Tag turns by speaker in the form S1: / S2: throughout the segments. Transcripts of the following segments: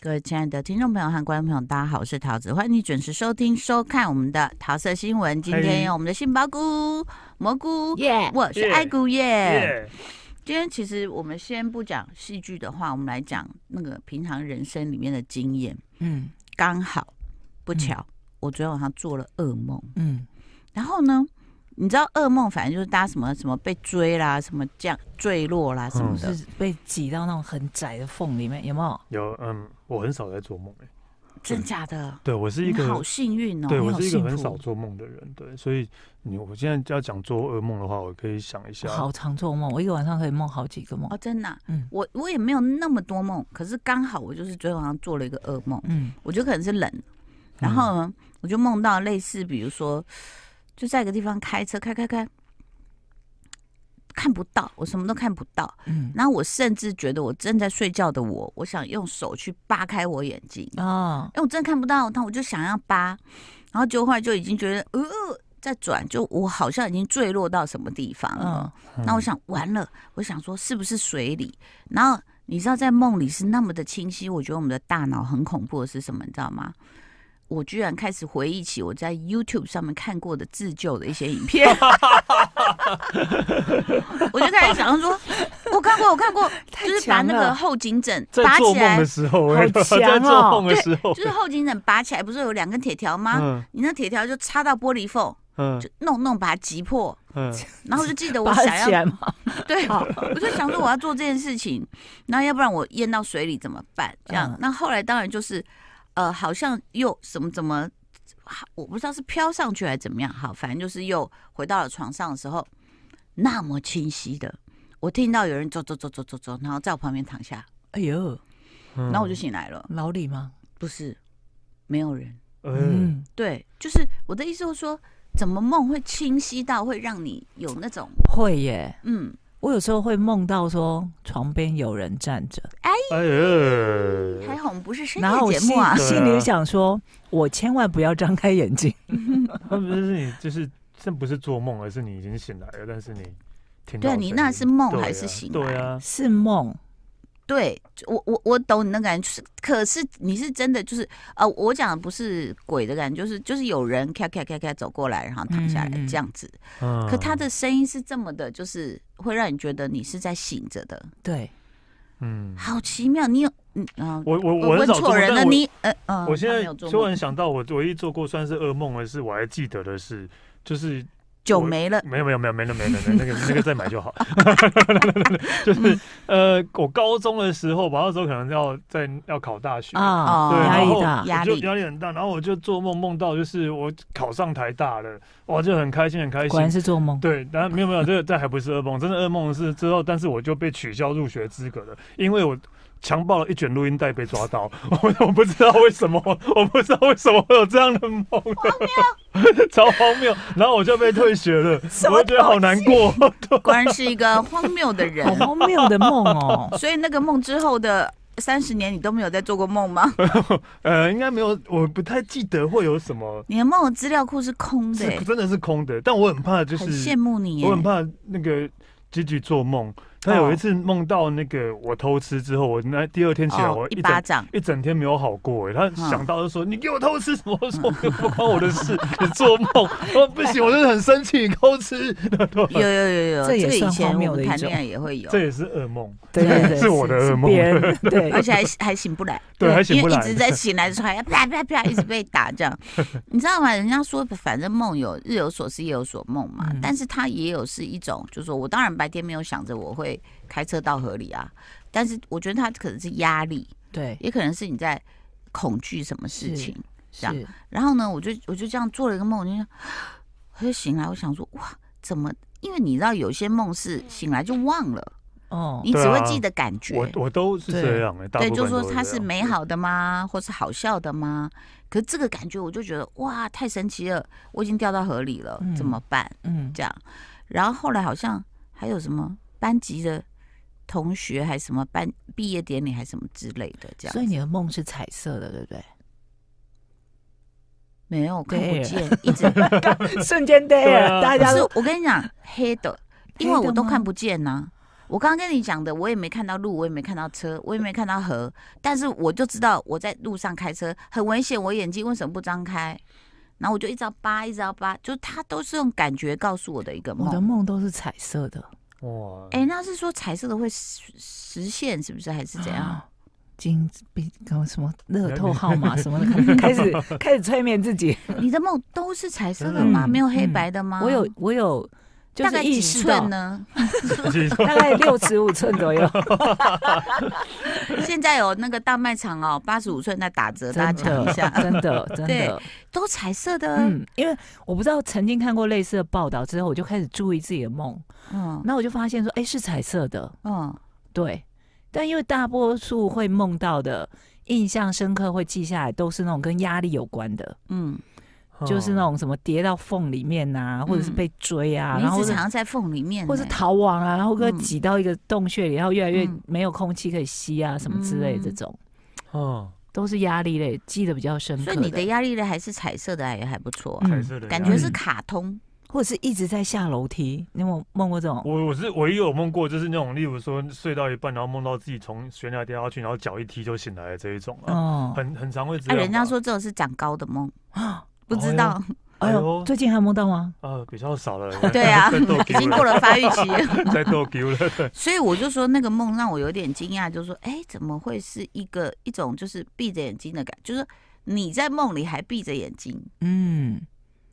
S1: 各位亲爱的听众朋友和观众朋友，大家好，我是桃子，欢迎你准时收听、收看我们的桃色新闻。今天有我们的杏鲍菇、蘑菇，
S2: 耶
S1: 我是爱菇耶。
S3: 耶
S1: 今天其实我们先不讲戏剧的话，我们来讲那个平常人生里面的经验。
S2: 嗯
S1: 刚好不巧，我昨天晚上做了噩梦，
S2: 嗯
S1: 然后呢，你知道噩梦反正就是大家什么什么被追啦，什么降坠落啦什么的。
S2: 嗯是被挤到那种很窄的缝里面，有没有？
S3: 有嗯，我很少在做梦哎、
S1: 真假的？
S3: 对我是一
S1: 你
S3: 个，
S1: 好幸运哦！
S3: 对
S1: 你
S3: 我
S1: 好
S3: 是一个
S1: 幸
S3: 很
S1: 福
S3: 少做梦的人，对，所以你我现在要讲做噩梦的话，我可以想一
S2: 我
S3: 下，
S2: 好常做梦，我一个晚上可以梦好几个梦
S1: 哦，。真的啊、
S2: 嗯
S1: 我我也没有那么多梦，可是刚好我就是昨天晚上做了一个噩梦，
S2: 嗯
S1: 我觉得可能是冷，然后呢，我就梦到类似，比如说就在一个地方开车开开开，看不到，我什么都看不到，
S2: 嗯
S1: 然后我甚至觉得我正在睡觉的我，我想用手去扒开我眼睛，
S2: 啊，
S1: 因为我真的看不到，但我就想要扒，然后就后来就已经觉得呃。再转，就我好像已经坠落到什么地方了。
S2: 嗯
S3: 嗯
S1: 那我想完了，我想说是不是水里？然后你知道在梦里是那么的清晰，我觉得我们的大脑很恐怖的是什么，你知道吗？我居然开始回忆起我在 YouTube 上面看过的自救的一些影 片，我就开始想说，我看过，我看过，
S2: 太
S1: 就是把
S2: 强
S1: 那个
S2: 了
S1: 后颈枕
S3: 在
S1: 拔
S3: 做
S1: 起
S3: 梦
S1: 来
S3: 的，时候，
S2: 好
S3: 我 在
S2: 强
S3: 做
S2: 哦
S3: 梦的时候，
S1: 就是后颈枕拔起来，不是有两根铁条吗？
S3: 嗯
S1: 你那铁条就插到玻璃缝，
S3: 嗯
S1: 就弄弄把它击破，
S3: 嗯，
S1: 然后我就记得我
S2: 拔
S1: 想要
S2: 起来嘛，
S1: 对，我就想说我要做这件事情，那要不然我淹到水里怎么办？这样
S2: 嗯，
S1: 那后来当然就是，呃，好像又什么怎么，好我不知道是飘上去还是怎么样，好，反正就是又回到了床上的时候，那么清晰的，我听到有人走走走走走走，然后在我旁边躺下，
S2: 哎呦，
S3: 然
S2: 嗯
S1: 然后我就醒来了，
S2: 老李吗？
S1: 不是，没有人，
S3: 嗯，
S1: 对，就是我的意思就是说，怎么梦会清晰到会让你有那种，
S2: 会耶。
S1: 嗯，
S2: 我有时候会梦到说床边有人站着，
S3: 哎
S1: 还
S3: 呀，
S1: 好我们不是深
S2: 然后
S1: 夜
S2: 我
S1: 节
S2: 心
S1: 目啊，
S3: 对啊
S2: 心里想说，我千万不要张开 眼睛。
S3: 那不是你就是这不是做梦，而是你已经醒来了，但是你听到
S1: 对
S3: 声
S1: 你
S3: 音
S1: 那是梦
S3: 对
S1: 还
S3: 啊
S1: 是醒
S3: 对
S1: 来
S3: 啊，
S2: 是梦，
S1: 对我我我懂你那感觉，就是可是你是真的就是呃，我讲的不是鬼的感觉，就是就是有人咔咔咔咔走过来，然后躺下来
S2: 嗯嗯
S1: 这样子。
S3: 嗯
S1: 可他的声音是这么的，就是会让你觉得你是在醒着的，
S2: 对，
S3: 嗯，
S1: 好奇妙。你有嗯啊，
S3: 我我
S1: 我
S3: 很
S1: 问
S3: 少做
S1: 错
S3: 梦
S1: 人
S3: 但
S1: 了，
S3: 我
S1: 你呃嗯，
S3: 我现
S1: 他
S3: 在
S1: 没有做
S3: 突
S1: 梦
S3: 然想到，我唯一做过算是噩梦的是，我还记得的是，就是
S1: 酒
S3: 我
S1: 没了，
S3: 没有没有没有没了没了没了那 个那个再买就好。就是
S1: 嗯
S3: 呃，我高中的时候吧，那时候可能要在要考大学，
S2: 啊，
S1: 对
S2: 压
S3: 然后
S2: 力大，
S1: 哦压
S3: 我就
S1: 力
S3: 压力很大，然后我就做梦梦到就是我考上台大了，哇，就很开心很开
S2: 果然
S3: 心。
S2: 是做梦。
S3: 对，然后没有没有，这个这还不是噩梦，真的噩梦是之后，但是我就被取消入学资格了，因为我强暴了一卷录音带被抓到，我我不知道为什么，我不知道为什么会有这样的梦， 超荒谬，然后我就被退学 了，我就觉得好难过，
S1: 果然是一个荒谬的人！
S2: 好。荒谬的梦哦
S1: 所以那个梦之后的三十年，你都没有再做过梦吗？
S3: 呃，应该没有，我不太记得会有什么，
S1: 你的梦的资料库是空的
S3: 是
S1: 欸，
S3: 真的是空的，但我很怕就
S1: 很
S3: 是
S1: 羡慕你耶。
S3: 我很怕那个 Gigi 做梦，他有
S1: 哦
S3: 一次梦到那个我偷吃之后，我那第二天起来，
S1: 哦
S3: 我，
S1: 一
S3: 一
S1: 巴
S3: 整
S1: 掌。
S3: 一整天没有好过欸。他想到就说：“你给我偷吃什么？” 我说：“不关我的事，你做梦。” 我说：“不行，我真的很生气，你偷吃。
S1: 有有有有，
S2: 这也
S1: 个以
S2: 算
S1: 前
S2: 荒谬
S1: 我们
S2: 的一
S1: 谈
S2: 种
S1: 恋爱也会”有
S3: 这，也是噩梦。
S2: 对对对，
S3: 是我的噩梦
S2: 是别 人对，
S1: 而且还还醒不来，
S3: 对还醒
S1: 因为
S3: 不来
S1: 一直在醒来的时候还要啪啪啪一直被打这样， 你知道吗？人家说反正梦有日有所思夜有所梦嘛，
S2: 嗯
S1: 但是它也有是一种，就是说我当然白天没有想着我会开车到河里啊，但是我觉得它可能是压力，
S2: 对
S1: 也可能是你在恐惧什么事
S2: 是
S1: 情。这样
S2: 是
S1: 然后呢，我就我就这样做了一个梦，我就想 我就醒来，我想说哇，怎么？因为你知道有些梦是醒来就忘了，
S2: 哦，
S1: 你只
S3: 对
S1: 会
S3: 啊
S1: 记得感觉。
S3: 我我都是这样哎，大部
S1: 对，
S3: 分
S1: 就说
S3: 都是
S1: 它
S3: 这
S1: 是
S3: 样
S1: 美。好的吗，或是好笑的吗？可是这个感觉我就觉得哇，太神奇了！我已经掉到河里了，
S2: 嗯
S1: 怎么办？
S2: 嗯，
S1: 这样，然后后来好像还有什么班级的同学，还什么班毕业典礼，还什么之类的，这样。
S2: 所以你的梦是彩色的，对不
S1: 没有看不
S2: 对
S1: 见，一直不
S2: 对？瞬间 day，
S3: 对啊
S2: 大
S3: 大
S2: 家
S1: 是
S2: 都
S1: 我跟你讲黑的，因为
S2: 黑的
S1: 我都
S2: 吗
S1: 看不见呐、我刚刚跟你讲的，我也没看到路，我也没看到车，我也没看到河，但是我就知道我在路上开车很危险，我眼睛为什么不张开？然后我就一直要扒，一直要扒，就它都是用感觉告诉我的一个
S2: 我的
S1: 梦。
S2: 梦都是彩色的，
S3: 哇，
S1: 哎、那是说彩色的会实实现，是不是？还是怎样？
S2: 啊？金币搞什么乐透号 码什么的，开始开始开始催眠自己。
S1: 你的梦都是彩色的吗？
S2: 嗯
S1: 没有黑白的吗？
S2: 我有我有，就
S1: 大概
S2: 是意
S1: 几
S2: 识到
S1: 寸呢？
S3: 其实
S2: 大概六尺五寸 左右，
S1: 现在有那个大卖场哦，八十五寸在打折，大家抢一下，
S2: 真的真
S1: 对
S2: 的，
S1: 都彩色的。嗯
S2: 嗯，因为我不知道曾经看过类似的报道之后，我就开始注意自己的梦，
S1: 嗯
S2: 那我就发现说，哎、是彩色的，对，但因为大多数会梦到的。印象深刻会记下来，都是那种跟压力有关的，
S1: 嗯，
S3: 哦
S2: 就是那种什么跌到缝里面呐、或者是
S1: 嗯
S2: 被追啊，
S1: 你
S2: 然
S1: 一
S2: 后
S1: 直
S2: 是
S1: 藏在缝里面呢，
S2: 或是逃亡啊，然后被
S1: 嗯
S2: 挤到一个洞穴里，然后越来越
S1: 嗯
S2: 没有空气可以吸啊，什么之类的这
S1: 嗯
S2: 种，
S3: 嗯，
S2: 都是压力类，记得比较深刻
S1: 所以你的压力呢还是彩色的，还还不错啊、
S2: 嗯
S3: 彩色的
S1: 感
S3: 压
S1: 觉
S3: 力
S1: 是卡通。
S2: 或者是一直在下楼梯，你有没有梦过这种？
S3: 我我是我也有梦过，就是那种，例如说睡到一半，然后梦到自己从悬崖掉下去，然后脚一踢就醒来的这一种啊，
S2: 哦，
S3: 很很常会这
S1: 哎、
S3: 样
S1: 嗯
S3: 吧。
S1: 人家说这种是长高的梦，不
S3: 哎
S1: 知
S3: 呦
S1: 道，
S2: 啊哎
S3: 哎
S2: 呦
S3: 呦，
S2: 最近还有梦到吗？
S3: 呃比较少了，
S1: 对啊
S3: 在斗
S1: 已
S3: Q
S1: 经过，了发 育期了，
S3: 在斗 Q 了，对
S1: 所以我就说那个梦让我有点惊讶，就是说，哎、怎么会是一个一种就是闭着眼睛的感觉，就是你在梦里还闭着眼睛，
S2: 嗯，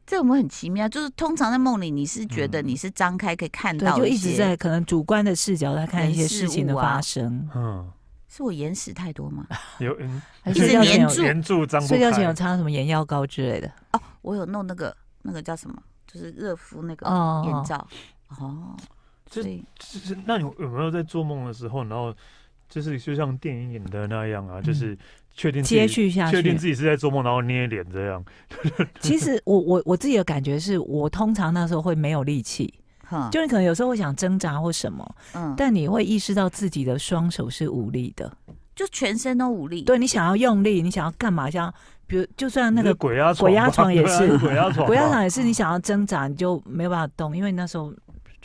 S1: 这我们很奇妙。就是通常在梦里，你是觉得
S3: 嗯
S1: 你是张开可以看
S2: 对，
S1: 到，
S2: 就一直在，可能主观的视角在看一些事情的
S1: 啊
S2: 发生。
S3: 嗯，
S1: 是我眼屎太多吗？
S3: 有嗯
S2: 还
S1: 一直
S2: 睡觉前
S1: 黏
S2: 有
S1: 住
S3: 连住张不
S2: 睡觉前
S3: 开
S2: 有，擦什么眼药膏之类的？
S1: 哦，我有弄那个那个叫什么，就是热敷那个
S2: 哦
S1: 眼罩。哦，
S3: 这
S1: 所以
S3: 就是那你有没有在做梦的时候，然后就是就像电影演的那样啊，就是确定自
S2: 嗯
S3: 己
S2: 接续下
S3: 确定
S2: 去。
S3: 自己是在做梦，然后捏脸这样，
S2: 其实我我我自己的感觉是我通常那时候会没有力气，
S1: 哈，
S2: 就你可能有时候会想挣扎或什么，
S1: 嗯，
S2: 但你会意识到自己的双手是无力的。
S1: 就全身都无力。，
S2: 对你想要用力，你想要干嘛？像比如就算那
S3: 你是
S2: 个
S3: 鬼压床吧，
S2: 鬼压床也
S3: 对啊
S2: 是
S3: 鬼压床吧，
S2: 不要想也
S3: 嗯
S2: 是你想要挣扎，你就没有办法动，因为你那时候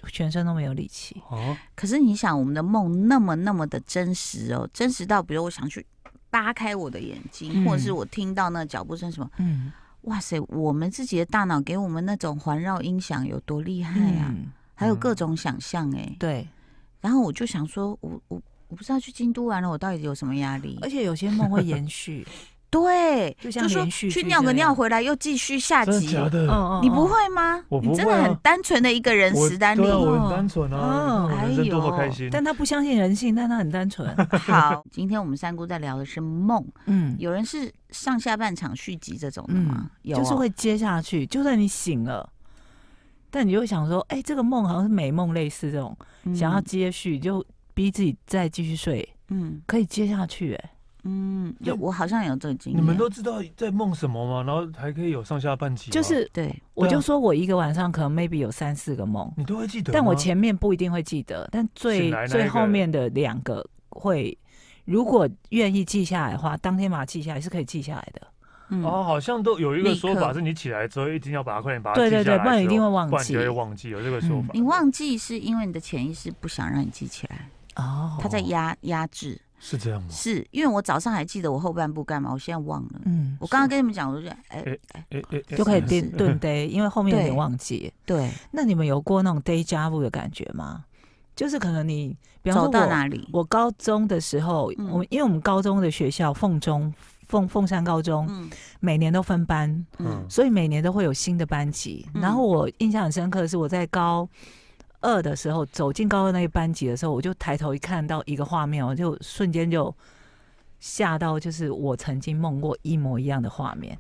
S2: 全身都没有力气。
S3: 哦，
S1: 可是你想，我们的梦那么那么的真实哦，真实到比如我想去扒开我的眼睛，
S2: 嗯
S1: 或者是我听到那脚步声什么，
S2: 嗯，
S1: 哇塞，我们自己的大脑给我们那种环绕音响有多厉害啊！
S2: 嗯
S1: 还有各种想象哎、
S2: 对，
S1: 然后我就想说，我我我不知道去京都玩了，我到底有什么压力？
S2: 而且有些梦会 延续，
S1: 对，
S2: 哎就像
S1: 说
S2: 连续剧
S1: 去尿个
S2: 这
S1: 尿
S2: 样
S1: 回来又继续下
S3: 真的
S1: 集，
S3: 假的？
S2: 嗯嗯
S1: 你不，会吗？
S3: 我
S1: 你
S3: 不
S1: 真
S3: 会
S1: 的
S3: 啊
S1: 很单纯的一个人，
S3: 我
S1: 史丹利
S3: 对。啊，我
S2: 哦
S3: 很单纯啊，
S2: 哦
S3: 你看我人生多么开心
S2: 嗯。但他不相信人性，但他很 单纯。
S1: 好，今天我们三姑在聊的是梦，
S2: 嗯，
S1: 有人是上下半场续集这种的吗？有哦，
S2: 就是会接下去，就算你醒了。但你就会想说，哎、这个梦好像是美梦，类似这种，
S1: 嗯
S2: 想要接续，就逼自己再继续睡，
S1: 嗯
S2: 可以接下去、哎，
S1: 嗯，有我好像有这个经
S3: 你
S1: 验。
S3: 们都知道在梦什么吗？然后还可以有上下半集吗，
S2: 就是
S1: 啊对，
S2: 我就说我一个晚上可能 maybe 有三四个梦，
S3: 你都会记得吗。
S2: 但我前面不一定会记得，但
S3: 啊醒
S2: 最
S3: 来那一个
S2: 最后面的两个会，如果愿意记下来的话，当天把它记下来是可以记下来的。
S1: 嗯，
S3: 哦，好像都有一个
S1: 立刻
S3: 说法是你起来之后一定要把它快点把它
S2: 对
S3: 记
S2: 对
S3: 下
S2: 对
S3: 来，
S2: 不然一定会忘
S3: 不然你
S2: 记嗯
S3: 就会忘记有这个说法。
S1: 你忘记是因为你的潜意识不想让你记起来，
S2: 哦
S1: 它在压压制。
S3: 是这样吗？
S1: 是因为我早上还记得我后半部干嘛，我现在忘了。
S2: 嗯，
S1: 我刚刚跟你们讲，我就哎、
S3: 哎诶诶，诶
S2: 就可以
S1: 是
S2: 垫
S1: 是
S2: 顿呆，因为后面有点
S1: 对
S2: 忘记。
S1: 对，
S2: 那你们有过那种 day job 的感觉吗？就是可能你，比方
S1: 走
S2: 说
S1: 到
S2: 我，
S1: 哪里？
S2: 我高中的时候，
S1: 嗯
S2: 我们因为我们高中的学校凤中凤凤山高中、
S1: 嗯
S2: 每年都分班，
S1: 嗯
S3: 嗯
S2: 所以每年都会有新的班级。
S1: 嗯
S2: 然后我印象很深刻，是我在高二的时候走进高二那个班级的时候，我就抬头一看到一个画面，我就瞬间就吓到，就是我曾经梦过一模一样的画面。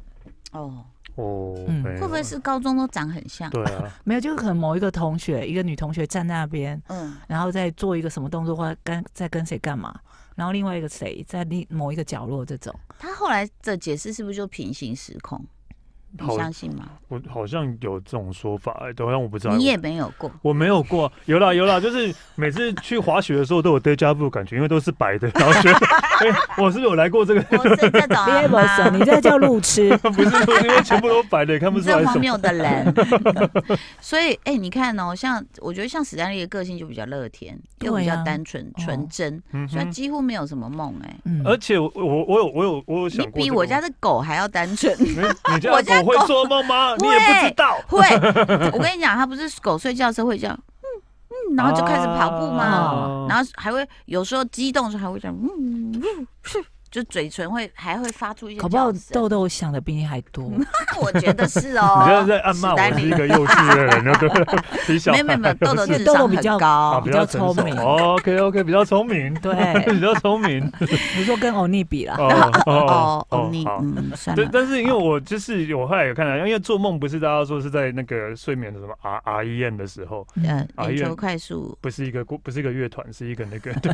S1: 哦，
S3: 哦，
S2: 嗯
S3: 没有
S1: 会不会是高中都长很像？
S3: 对啊，
S2: 没有，就是可能某一个同学，一个女同学站在那边，
S1: 嗯
S2: 然后在做一个什么动作，或者跟在跟谁干嘛，然后另外一个谁在另某一个角落这种。，
S1: 他后来的解释是不是就平行时空？你
S3: 好
S1: 相信吗？
S3: 我好像有这种说法、欸，好像我不知道。
S1: 你也没有过，
S3: 我没有过，有啦有啦，就是每次去滑雪的时候都有 deja vu 感觉，因为都是白的， 然后觉得，哎、我是不是有来过这个？
S1: 我是这种
S2: 别不
S1: 啊
S2: 你这叫路痴。
S3: 不是，因为全部都白的，也看不出来
S1: 这荒
S3: 什么。
S1: 谬的人。 所以，哎、你看哦，像我觉得像史丹利的个性就比较乐天，又比
S2: 对啊
S1: 较单纯、
S2: 哦
S1: 纯真，
S3: 嗯
S1: 所以他
S3: 哼，
S1: 几乎没有什么梦、哎、
S2: 嗯
S3: 而且我我我有我有我有想
S1: 你
S3: 过、
S1: 比我家的狗还要单纯。
S3: 你你家
S1: 我
S3: 的
S1: 家
S3: 狗会做梦吗？你也不知道。
S1: 会，我跟你讲，它不是狗睡觉的时候会这样，嗯嗯，然后就开始跑步嘛，
S3: 啊
S1: 然后还会有时候激动的时候还会这样，嗯嗯，是就嘴唇会还会发出一些
S2: 搞不好
S1: 叫声
S2: 豆豆想的比你还多。
S1: 我觉得是
S3: 你现在
S1: 哦。
S3: 在暗骂
S1: 史丹
S3: 我
S1: 利
S3: 是一个幼稚的人，对不对？ 比小
S1: 没有没有哦没有，豆豆
S2: 因为
S1: 智
S2: 豆豆
S1: 商
S2: 比
S1: 很
S2: 较
S3: 啊
S1: 高
S2: 比，
S3: 比
S2: 较
S3: 较
S2: 聪明
S3: OK OK，比较聪明，
S2: 对，
S3: 比较聪明。
S2: 你说跟欧尼比 啦，
S3: 哦
S1: 哦哦，你
S3: 好
S1: 嗯算
S3: 对
S1: 了，，
S3: 但是因为我就是我后来有看到，因为做梦不是大家说是在那个睡眠的什么 R R E M 的时候，
S1: 呃，
S3: 啊
S1: 眼
S3: 因为
S1: 球快速，
S3: 不是一个不是一个乐团，是一个那个 对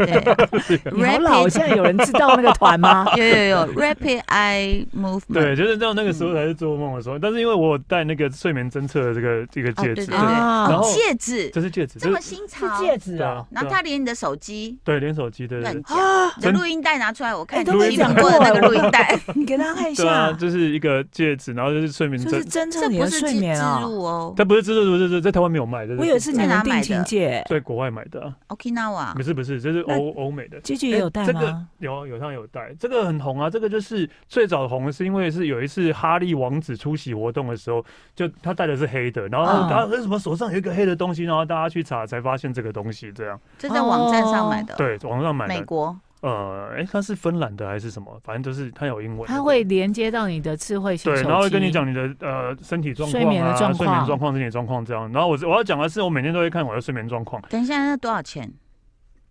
S1: 对
S2: 你好老，
S1: ，rapid
S2: 现在有人知道那个团吗？
S1: 有有有 rapid eye movement，
S3: 对，就是到那个时候才是做梦的时候。但是因为我有戴那个睡眠侦测的这个这个
S1: 哦
S3: 戒
S1: 对对
S3: 指，对
S2: 啊
S3: 然
S1: 哦
S3: 后
S1: 戒指
S3: 这是戒指，
S1: 这
S3: 这
S1: 么
S3: 是
S1: 新潮
S2: 是，戒指
S3: 对
S2: 啊
S3: 啊，，
S1: 然后
S3: 对啊
S1: 他连你的手机
S3: 对连手机对对
S1: 乱
S3: 对
S1: 讲。
S2: 啊，
S1: 你的
S3: 真
S1: 录音带拿出来，我看
S2: 哎
S1: 你
S2: 都没
S1: 欺负
S2: 讲
S1: 过的
S2: 过
S1: 那个录音 带，
S2: 你给大家看一
S3: 对啊，
S2: 下，
S3: 就是一个戒指，然后就是睡眠
S2: 就
S3: 侦
S2: 是，侦测
S1: 这
S2: 你
S1: 不
S2: 的
S1: 是
S2: 睡
S1: 植
S2: 眠啊。
S1: 入哦
S3: 它不是制作，不是制作，在台湾没有卖，这
S2: 我以为是你
S1: 在哪
S2: 们
S1: 买的
S2: 定情戒
S3: 在国外买的啊，
S1: ，Okinawa
S3: 不是不是，这是
S2: 那
S3: 欧欧美的。
S2: g i 也有戴
S3: 哎这个
S2: 吗？
S3: 有有上有带，这个很红啊。这个就是最早红是因为是有一次哈利王子出席活动的时候，就他戴的是黑的，然后
S2: 嗯
S3: 他为什么手上有一个黑的东西，然后大家去查才发现这个东西这样。
S1: 这在网站上买的，
S3: 哦对，网上买
S1: 美
S3: 的，
S1: 国
S3: 呃，哎，它是芬兰的还是什么？反正就是它有英文的。
S4: 它会连接到你的智慧型
S3: 对，
S4: 手机，
S3: 然后会跟你讲你的呃身体状况
S4: 睡
S3: 啊、
S4: 眠的状
S3: 睡眠
S4: 况
S3: 状况、身体状况这样。然后我我要讲的是，我每天都会看我的睡眠状况。
S1: 等一下那多少钱？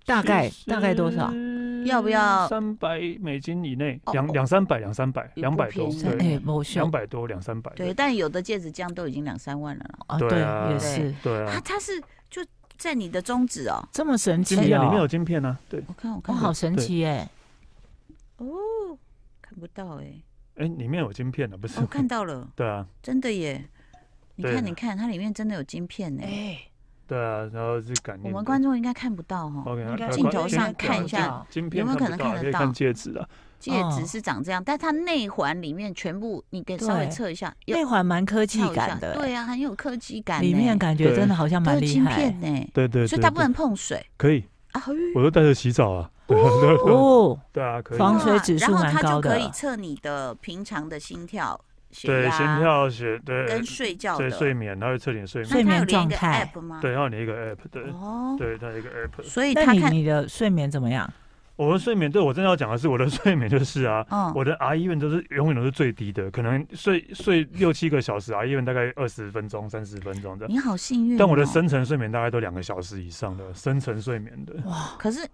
S4: 大概大概多少？？
S1: 要不要
S3: 三百美金以内？
S1: 哦
S3: 两
S1: 哦
S3: 两三百，两三百，
S1: 也
S3: 两
S1: 不
S3: 百多，
S1: 便宜
S3: 对，
S2: 哎，我
S3: 两
S2: 选
S3: 百多，两三百。
S1: 对，但有的戒指这样都已经两三万了啦。
S2: 啊，
S3: 对啊
S2: 对，也是
S3: 对
S1: 啊，
S3: 啊，
S1: 它是就在你的中指哦，
S2: 这么神
S3: 晶
S2: 奇
S3: 片啊里面
S2: 哦
S3: 有，晶片啊，对，
S1: 我看我
S2: 我
S1: 看，
S2: 好神奇哎，
S1: 哦，看不到哎，
S3: 哎，里面有晶片啊，不是
S1: 哦，？看到了，
S3: 对啊，
S1: 真的耶！你
S3: 对
S1: 看你看，它里面真的有晶片呢。
S2: 哎，
S3: 对啊，然后是感应的。
S1: 我们观众应该看不到哦，
S3: OK，
S2: 应该
S3: 呃
S1: 镜头上
S3: 观
S1: 看一下
S3: 晶片
S1: 有没有可能
S3: 看
S1: 看
S3: 不到
S1: 得
S3: 可以
S1: 到
S3: 看戒指啊。
S1: 戒指是长这样，但它内环里面全部，你给稍微
S2: 哦对
S1: 测一下，有
S2: 内环蛮科技
S1: 跳一下
S2: 感的，
S1: 对啊，很有科技感欸呢，
S2: 里面感觉真的好像
S1: 都
S2: 蛮
S1: 是
S2: 厉
S1: 晶
S2: 害
S1: 片呢，
S3: 对对，
S1: 所以
S3: 对
S1: 它不
S3: 对
S1: 能碰水
S3: 可以，
S1: 啊。
S3: 我都带着洗澡啊。对啊对啊对啊
S2: 哦，
S3: 对啊，可以。
S2: 防
S1: 哇
S2: 水指数
S1: 然后
S2: 蛮
S1: 它就
S2: 高的
S1: 可以测你的平常的心跳、血
S3: 对，
S1: 压、
S3: 心跳、血，对
S1: 跟，睡觉
S3: 对
S1: 的
S3: 睡眠，它会测你的睡
S1: 那
S3: 眠，
S1: 它有连
S2: 睡眠
S1: 一
S2: 状
S1: 个
S2: 态
S1: app 吗？
S3: 对，它有你一个 app，对，
S1: 哦，
S3: 对，它有一个 app。
S1: 所以
S2: 那
S1: 他
S2: 你
S1: 看，
S2: 你的睡眠怎么样？
S3: 我的睡眠，对我真的要讲的是，我的睡眠就是啊，
S1: 嗯，
S3: 我的 R 医院都是永远都是最低的，可能睡睡六七个小时，R 医院大概二十分钟、三十分钟这样。
S1: 你好幸运
S2: 嗯
S1: 哦。
S3: 但我的深层睡眠大概都两个小时以上的深层睡眠的，
S1: 哦可是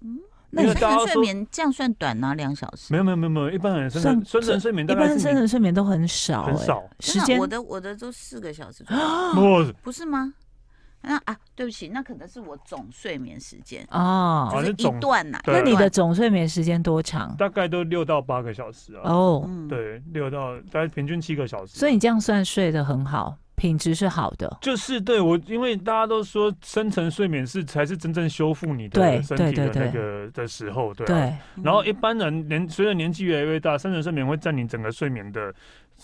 S1: 嗯
S2: 那
S3: 因
S1: 你
S3: 为
S2: 你
S3: 大家
S1: 睡
S3: 说
S1: 眠这样算短啊，两小时。
S3: 没有没有没有没有，一般人深层深
S2: 算
S3: 层睡眠
S2: 一
S3: 大概
S2: 般
S3: 是
S2: 深
S3: 你
S2: 层睡眠都很欸少，
S3: 很
S2: 哎，
S3: 少，
S2: 时
S1: 真的啊
S2: 间哦
S1: 我的我的都四个小时 左右，
S3: 我
S1: 不是吗？那啊，对不起，那可能是我总睡眠时间，
S2: 哦。
S1: 就是
S3: 那总
S1: 一段呐。
S3: 对
S2: 那
S1: 一
S2: 你的
S1: 段
S2: 总睡眠时间多长？
S3: 大概都六到八个小时啊，
S2: 哦，
S1: 嗯，
S3: 对，六到大概平均七个小时。
S2: 所以你这样算睡得很好，品质是好的。
S3: 就是对我，因为大家都说深层睡眠是才是真正修复你
S2: 对
S3: 的身体
S2: 对
S3: 的
S2: 对
S3: 那
S2: 对
S3: 个的时候，对啊
S2: 对，
S1: 嗯
S3: 然后一般人年随着年纪越来越大，深层睡眠会占你整个睡眠的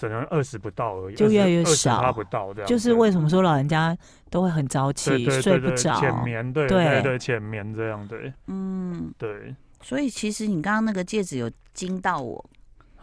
S3: 可能二十不到而已，
S2: 就越来越
S3: 八
S2: 少
S3: 不到这样子。
S2: 就是为什么说老人家都会很早
S3: 对
S2: 起，
S3: 对对
S2: 睡
S3: 对
S2: 不着。
S3: 浅眠，对
S2: 对
S3: 对对浅眠这样，对
S1: 嗯，
S3: 对，
S1: 所以其实你刚刚那个戒指有惊到我，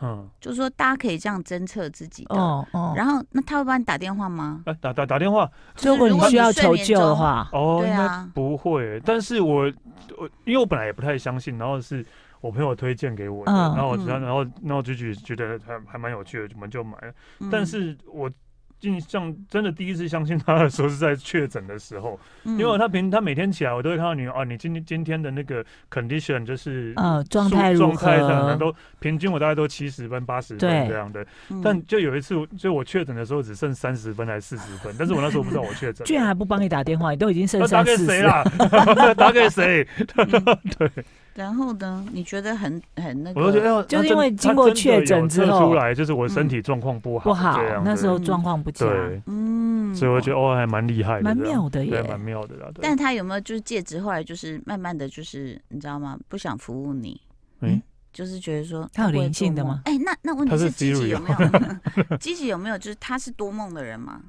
S3: 嗯，
S1: 就说大家可以这样侦测自己的。
S2: 哦哦，
S1: 然后那他会帮你打电话吗？
S3: 哎、打打打电话
S1: 就是
S2: 如果你需要
S1: 睡
S2: 求
S1: 眠
S2: 救的
S1: 中，
S2: 话，
S3: 哦，
S1: 对
S3: 应该
S1: 啊，
S3: 不会，但是我我因为我本来也不太相信，然后是。我朋友推荐给我的，
S2: 嗯
S3: 然后我知道，
S1: 嗯
S3: 然后然后就觉觉得还还蛮有趣的，我们就买了。
S1: 嗯
S3: 但是我印象真的第一次相信他的时候是在确诊的时候，因为
S1: 嗯
S3: 他平他每天起来，我都会看到你哦，你今天今天的那个 condition 就是
S2: 呃，状
S3: 速
S2: 态如
S3: 状态什么
S2: 何
S3: 的？都平均，我大概都七十分八十
S2: 对
S3: 分这样的。
S1: 嗯
S3: 但就有一次，就我确诊的时候只剩三十分还是四十分，但是我那时候不知道我确诊了，
S2: 居然还不帮你打电话，你都已经
S3: 那
S2: 剩三
S3: 啊打给
S2: 四
S3: 谁
S2: 十了。
S3: 啦？打给谁？
S1: 嗯
S3: 对
S1: 然后呢？你觉得很很那
S3: 我就觉
S1: 个？
S3: 得，哎
S2: 就是因为经过确诊之后嗯
S3: 他真的有测出来就是我身体状况不好，
S2: 不好
S3: 这样，子
S2: 那时候状况不佳，
S3: 对，
S1: 嗯，
S3: 所以我觉得哦，还蛮厉害的，
S2: 蛮
S3: 这样
S2: 妙的
S3: 对，
S2: 耶。
S3: 蛮妙的啦。对
S1: 但他有没有就是戒指？后来就是慢慢的就是你知道吗？不想服务你，
S3: 嗯
S1: 就是觉得说
S2: 他有
S1: 会做
S2: 灵性的
S1: 梦
S2: 吗
S1: 哎、那那问题
S3: 他是
S1: 是积极
S3: Siri
S1: 有没 有？积极有没有？就是他是多梦的人吗？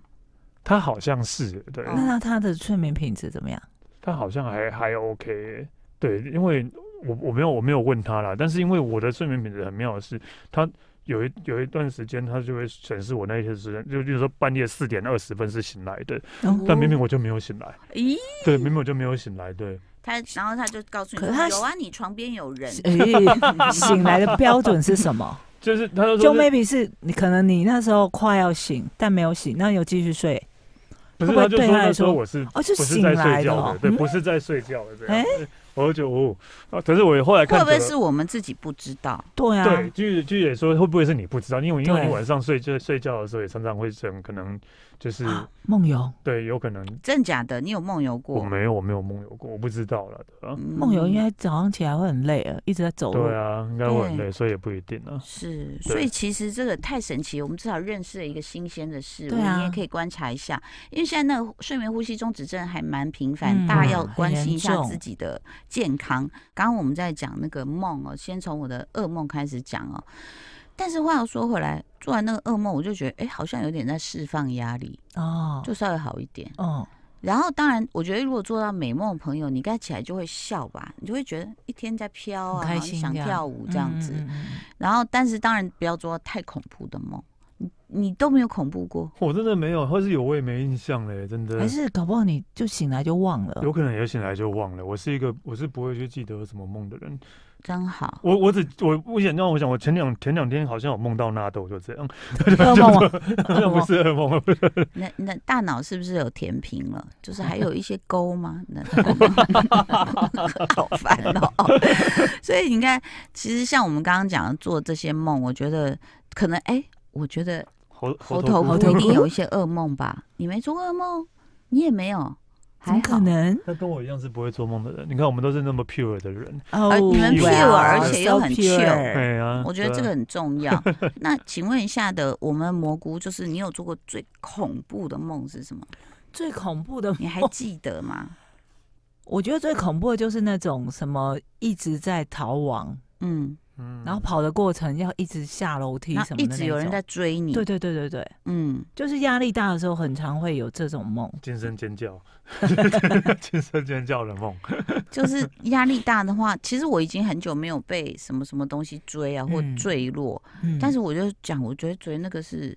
S3: 他好像是，对，
S1: 哦
S2: 那那他的睡眠品质怎么样？
S3: 他好像还还 OK，耶对，因为我我没有我没有问他啦，但是因为我的睡眠品质很妙的是，他有一有一段时间他就会显示我那一些时间，就比如说半夜四点二十分是醒来的，
S2: 哦
S3: 但明明我就没有醒来，
S1: 咦，
S3: 对，明明我就没有醒来，对，
S1: 他然后他就告诉你
S2: 可
S1: 说
S2: 是他
S1: 有啊，你床边有人。
S2: 哎醒来的标准是 什么？
S3: 就是他就
S2: 就
S3: 说是，
S2: maybe 是你可能你那时候快要醒，但没有醒，那又继续睡，
S3: 不
S2: 会
S3: 是
S2: 不会
S3: 他就
S2: 对
S3: 说
S2: 他来
S3: 那时候
S2: 说
S3: 我是
S2: 哦，就
S3: 不是
S2: 醒
S3: 在
S2: 来
S3: 睡
S2: 的、
S3: 觉
S2: 哦
S3: 的，，对，
S2: 嗯
S3: 不是在睡觉的这样
S2: 哎
S3: 子，我就觉得哦，啊可是我后来
S1: 会
S3: 看
S1: 不
S3: 起来
S1: 会是我们自己不知道？
S2: 对啊，
S3: 对，据据也说，会不会是你不知道？因为因为你
S2: 对
S3: 晚上睡就睡觉的时候，也常常会这样，可能就是
S2: 啊梦游，
S3: 对，有可能
S1: 真假的？你有梦游
S3: 我
S1: 过？
S3: 没有我没有梦游过，我不知道了，对吧？
S1: 嗯
S2: 梦游应该早上起来会很累啊，一直在走路。
S3: 对啊，应该会很
S1: 对
S3: 累，所以也不一定啊。
S1: 是，
S3: 对
S1: 所以其实这个太神奇了，我们至少认识了一个新鲜的事物，
S2: 对啊
S1: 你也可以观察一下，因为现在那个睡眠呼吸中止症还蛮频繁，
S2: 嗯
S1: 大家要
S2: 很
S1: 关心一
S2: 严
S1: 下
S2: 重
S1: 自己的健康。刚刚我们在讲那个梦哦，先从我的噩梦开始讲哦。但是话又说回来，做完那个噩梦，我就觉得，哎、好像有点在释放压力，
S2: 哦，
S1: 就稍微好一点。
S2: 哦，
S1: 然后，当然，我觉得如果做到美梦的朋友，你该起来就会笑吧，你就会觉得一天在飘啊，
S2: 很开心
S1: 想
S2: 这样
S1: 跳舞这样子。
S2: 嗯嗯嗯
S1: 然后，但是当然不要做太恐怖的梦，你你都没有恐怖过，
S3: 我真的没有，或是有我也没印象嘞，真
S2: 嗯
S3: 的
S2: 还。是搞不好你就醒来就忘了。
S3: 有可能也醒来就忘了。我是一个，我是不会去记得有什么梦的人。
S1: 真 好。
S3: 我我只我目前让我想，我前两前两天好像有梦到纳豆，就这样，
S2: 噩梦啊，
S3: 那
S2: 噩
S3: 不
S2: 梦
S3: 是噩梦，不是
S1: 那那大脑是不是有填平了？就是还有一些沟 吗？那 好烦哦。 所以你看，其实像我们刚刚讲的做这些梦，我觉得可能哎，我觉得
S3: 猴
S1: 猴头
S3: 头
S1: 菇
S2: 猴
S3: 菇。
S2: 头
S1: 一定
S2: 菇
S1: 有一些噩梦吧？你没做噩梦，你也没有，
S2: 怎
S1: 还
S2: 么可
S1: 好。
S2: 能？
S3: 他跟我一样是不会做梦的人。你看，我们都是那么 pure 的人。
S2: 哦，呃
S1: 你们
S3: pure，
S2: well，
S3: 而
S1: 且又
S2: so
S1: 很
S2: pure 嗯
S1: chill
S3: 对啊，
S1: 我觉得
S3: 对
S1: 这
S3: 啊
S1: 个很重 要。那请问一下的，我们蘑菇就是你有做过最恐怖的梦是什么？
S2: 最恐怖的，
S1: 你还记得 吗？
S2: 我觉得最恐怖的就是那种什么一直在逃亡，
S1: 嗯，
S3: 嗯
S2: 然后跑的过程要一直下楼梯
S1: 然
S2: 什
S1: 后
S2: 么的
S1: 一
S2: 那
S1: 直有人
S2: 种
S1: 在追你，
S2: 对对对对对，
S1: 嗯，
S2: 就是压力大的时候，很常会有这种梦。
S3: 惊声尖 叫，惊声尖叫的梦，
S1: 就是压力大的话，其实我已经很久没有被什么什么东西追啊或
S2: 嗯
S1: 坠落，
S2: 嗯，
S1: 但是我就讲，我觉得追那个是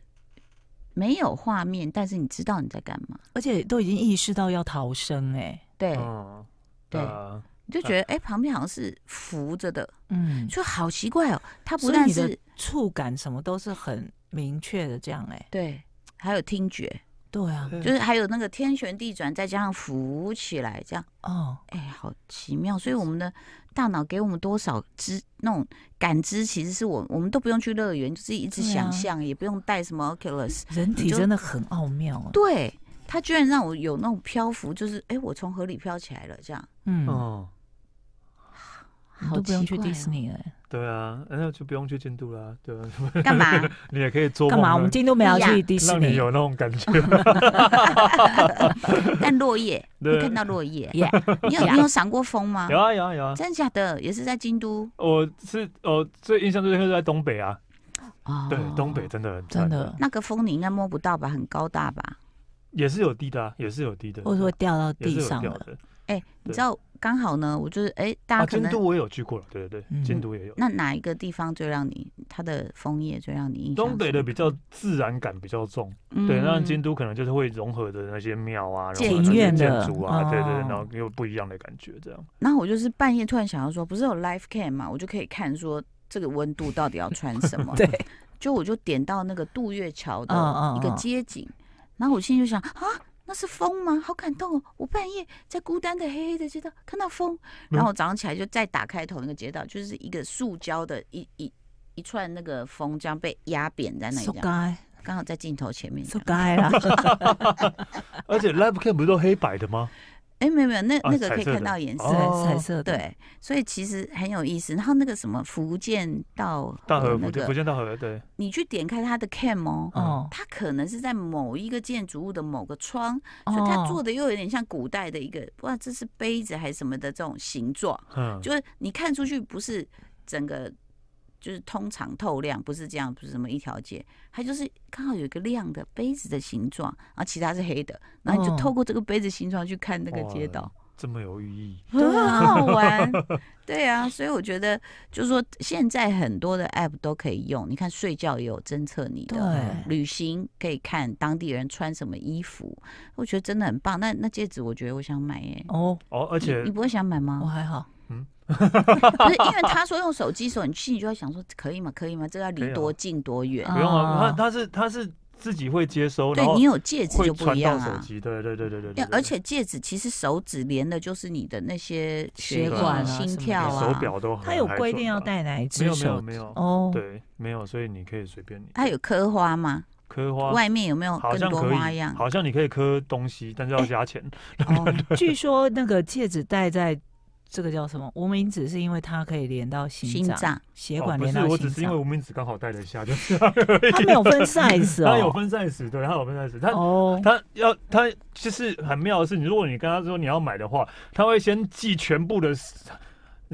S1: 没有画面，但是你知道你在干嘛，
S2: 而且都已经意识到要逃生哎、
S1: 对，
S3: 嗯，
S1: 对
S3: 啊
S1: 你就觉得哎、旁边好像是扶着的，
S2: 嗯，
S1: 就好奇怪哦，它不
S2: 所以
S1: 但
S2: 你的
S1: 是
S2: 触感什么都是很明确的这样哎、
S1: 对，还有听觉。
S2: 对啊，
S1: 就是还有那个天旋地转，再加上浮起来，这样，
S2: 哦，
S1: 哎，好奇妙。所以我们的大脑给我们多少知那种感知，其实是我我们都不用去乐园，就是一直
S2: 对啊嗯
S1: 想象，也不用带什么 Oculus。
S2: 人体
S1: 你就
S2: 真的很奥妙啊。
S1: 对，它居然让我有那种漂浮，就是哎，我从河里飘起来了，这样，
S2: 嗯，
S3: 嗯，
S2: 你
S1: 好
S2: 都不用去
S1: 奇怪哦
S2: 迪士尼了、欸，
S3: 对啊，那就不用去京都啦，对啊，
S1: 干嘛？
S3: 你也可以做
S2: 干
S3: 梦
S2: 嘛？
S3: 让
S2: 我们今天都没有
S1: 哎呀
S2: 去迪士
S3: 让你
S2: 尼，
S3: 有那种感觉，
S1: 但落叶，
S3: 对
S1: 会看到落叶。
S2: 耶，
S1: 你有你有赏过风吗？
S3: 有啊有啊有啊，
S1: 真的假的？也是在京都
S3: 我是我最印象最深刻是在东北啊，
S1: 哦
S3: 对，东北真的很
S2: 真
S3: 赞
S2: 的，
S1: 那个风你应该摸不到吧？很高大吧？
S3: 也是有低的啊，也是有低的，
S2: 或者说掉到
S3: 也是
S2: 地
S3: 有
S2: 上
S3: 掉
S2: 了，
S3: 的，
S1: 哎、你
S3: 对
S1: 知道刚好呢，我就是哎、大
S3: 啊，
S1: 家可
S3: 京
S1: 能、
S3: 都我也有去过了，对对对，
S2: 嗯
S3: 京都也有。
S1: 那哪一个地方最让你它的枫叶最让你印象深刻？
S3: 东北的比较自然感比较重，
S1: 嗯
S3: 对，那京都可能就是会融合的那些庙啊，融合
S1: 庭
S3: 那些
S2: 院
S3: 建
S2: 的
S3: 筑啊，对对，对
S2: 哦。
S3: 然后又不一样的感觉，这样。
S1: 然后我就是半夜突然想要说，不是有 live cam 嘛，我就可以看说这个温度到底要穿什么
S2: 对，
S1: 就我就点到那个渡月桥
S2: 嗯嗯
S1: 的一个
S2: 嗯
S1: 街景，然后我心里就想啊。那是风吗？好感动哦！我半夜在孤单的黑黑的街道看到风，然后我早上起来就再打开同一个街道，就是一个塑胶的一一一串那个风这样被压扁在那里啊
S2: 受
S1: 这样，
S2: 该
S1: 刚好在镜头前面这
S2: 受
S1: 样。
S2: 该啦，
S3: 而且 live cam 不是都黑白的吗？
S1: 哎，没有没有，那
S3: 啊
S1: 那个可
S3: 彩
S1: 以
S3: 色的
S1: 看到颜色，
S3: 哦
S2: 对， 彩色的，
S1: 对，所以其实很有意思。然后那个什么福建到
S3: 大河
S1: 那
S3: 福建福
S1: 个，
S3: 建大河对，
S1: 你去点开它的 cam 哦，
S2: 哦，
S1: 它可能是在某一个建筑物的某个窗，所以它
S2: 哦
S1: 做的又有点像古代的一个，不知道这是杯子还是什么的这种形状，
S3: 嗯，
S1: 就是你看出去不是整个就是通常透亮，不是这样，不是什么一条街，它就是刚好有一个亮的杯子的形状，然后其他是黑的，然后你就
S2: 哦
S1: 透过这个杯子形状去看那个街
S3: 哇
S1: 道。
S3: 这么有寓意，
S1: 很啊好玩。 对啊，所以我觉得就是说，现在很多的 app 都可以用。你看睡觉也有侦测你的，嗯
S2: 对，
S1: 旅行可以看当地人穿什么衣服，我觉得真的很棒。那那戒指，我觉得我想买耶、
S2: 哦，
S3: 哦，而且
S1: 你你不会想买
S2: 我
S1: 吗？
S2: 还好，
S3: 哦
S1: 不是，因为他说用手机的时候，你心里就会想说，可以吗？可以吗？这个要
S3: 可以
S1: 离
S3: 啊
S1: 多近多远？
S2: 啊
S3: 不用啊，
S2: 哦
S3: 他他是他是自己会接收，
S1: 嗯对
S3: 然后
S1: 你有戒指
S3: 会
S1: 就不
S3: 传
S1: 一
S3: 到
S1: 样
S3: 手
S1: 啊。
S3: 机，对对对对对
S1: 因
S3: 对
S1: 为，而且戒指其实手指连的就是你的那些
S2: 血
S1: 液
S3: 管啊
S1: 心
S2: 什么的
S1: 跳
S3: 你
S1: 啊，
S3: 手表都很
S2: 他有
S3: 还
S2: 规
S3: 准
S2: 定要
S3: 吧，
S2: 带哪一
S3: 没
S2: 只
S3: 有没有
S2: 手？
S3: 没有，
S2: 哦，
S3: 对，没有，所以你可以随便你
S1: 它有刻花吗？
S3: 刻花，
S1: 外面有没有
S3: 好
S1: 更
S3: 像
S1: 多
S3: 可
S1: 花
S3: 以
S1: 样，？
S3: 好像你可以刻东西，但是要
S1: 哎
S3: 加钱，
S1: 哦，
S2: 据说那个戒指戴在这个叫什么无名指，是因为它可以连到心
S1: 心
S2: 脏、
S1: 脏
S2: 血
S3: 哦
S2: 管
S3: 不
S2: 连
S3: 是，
S2: 到
S3: 我只
S2: 心
S3: 是因为
S2: 脏。
S3: 无名指刚好戴得 下，就是这样而
S2: 它
S3: 已
S2: 没有分 size
S3: 它有
S2: 哦，
S3: 分 size，对，它有分 size，它
S2: 哦，
S3: 他要他就是很妙的是，你如果你跟他说你要买的话，他会先寄全部的型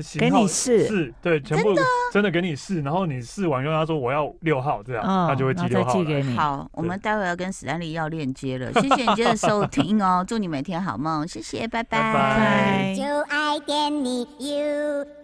S3: 型
S2: 给
S3: 号
S2: 你试，啊
S3: 试，对，全部真的给你试，然后你试完跟他说我要六号这样，
S2: 嗯，
S3: 他就会寄
S2: 然后
S3: 六
S2: 再
S3: 号
S2: 寄
S3: 来。
S2: 给你。
S1: 好，我们待会要跟史丹利要链接了，谢谢你今天的收听哦，祝你每天好梦，谢谢，拜
S3: 拜拜
S5: 就爱点你 UFO。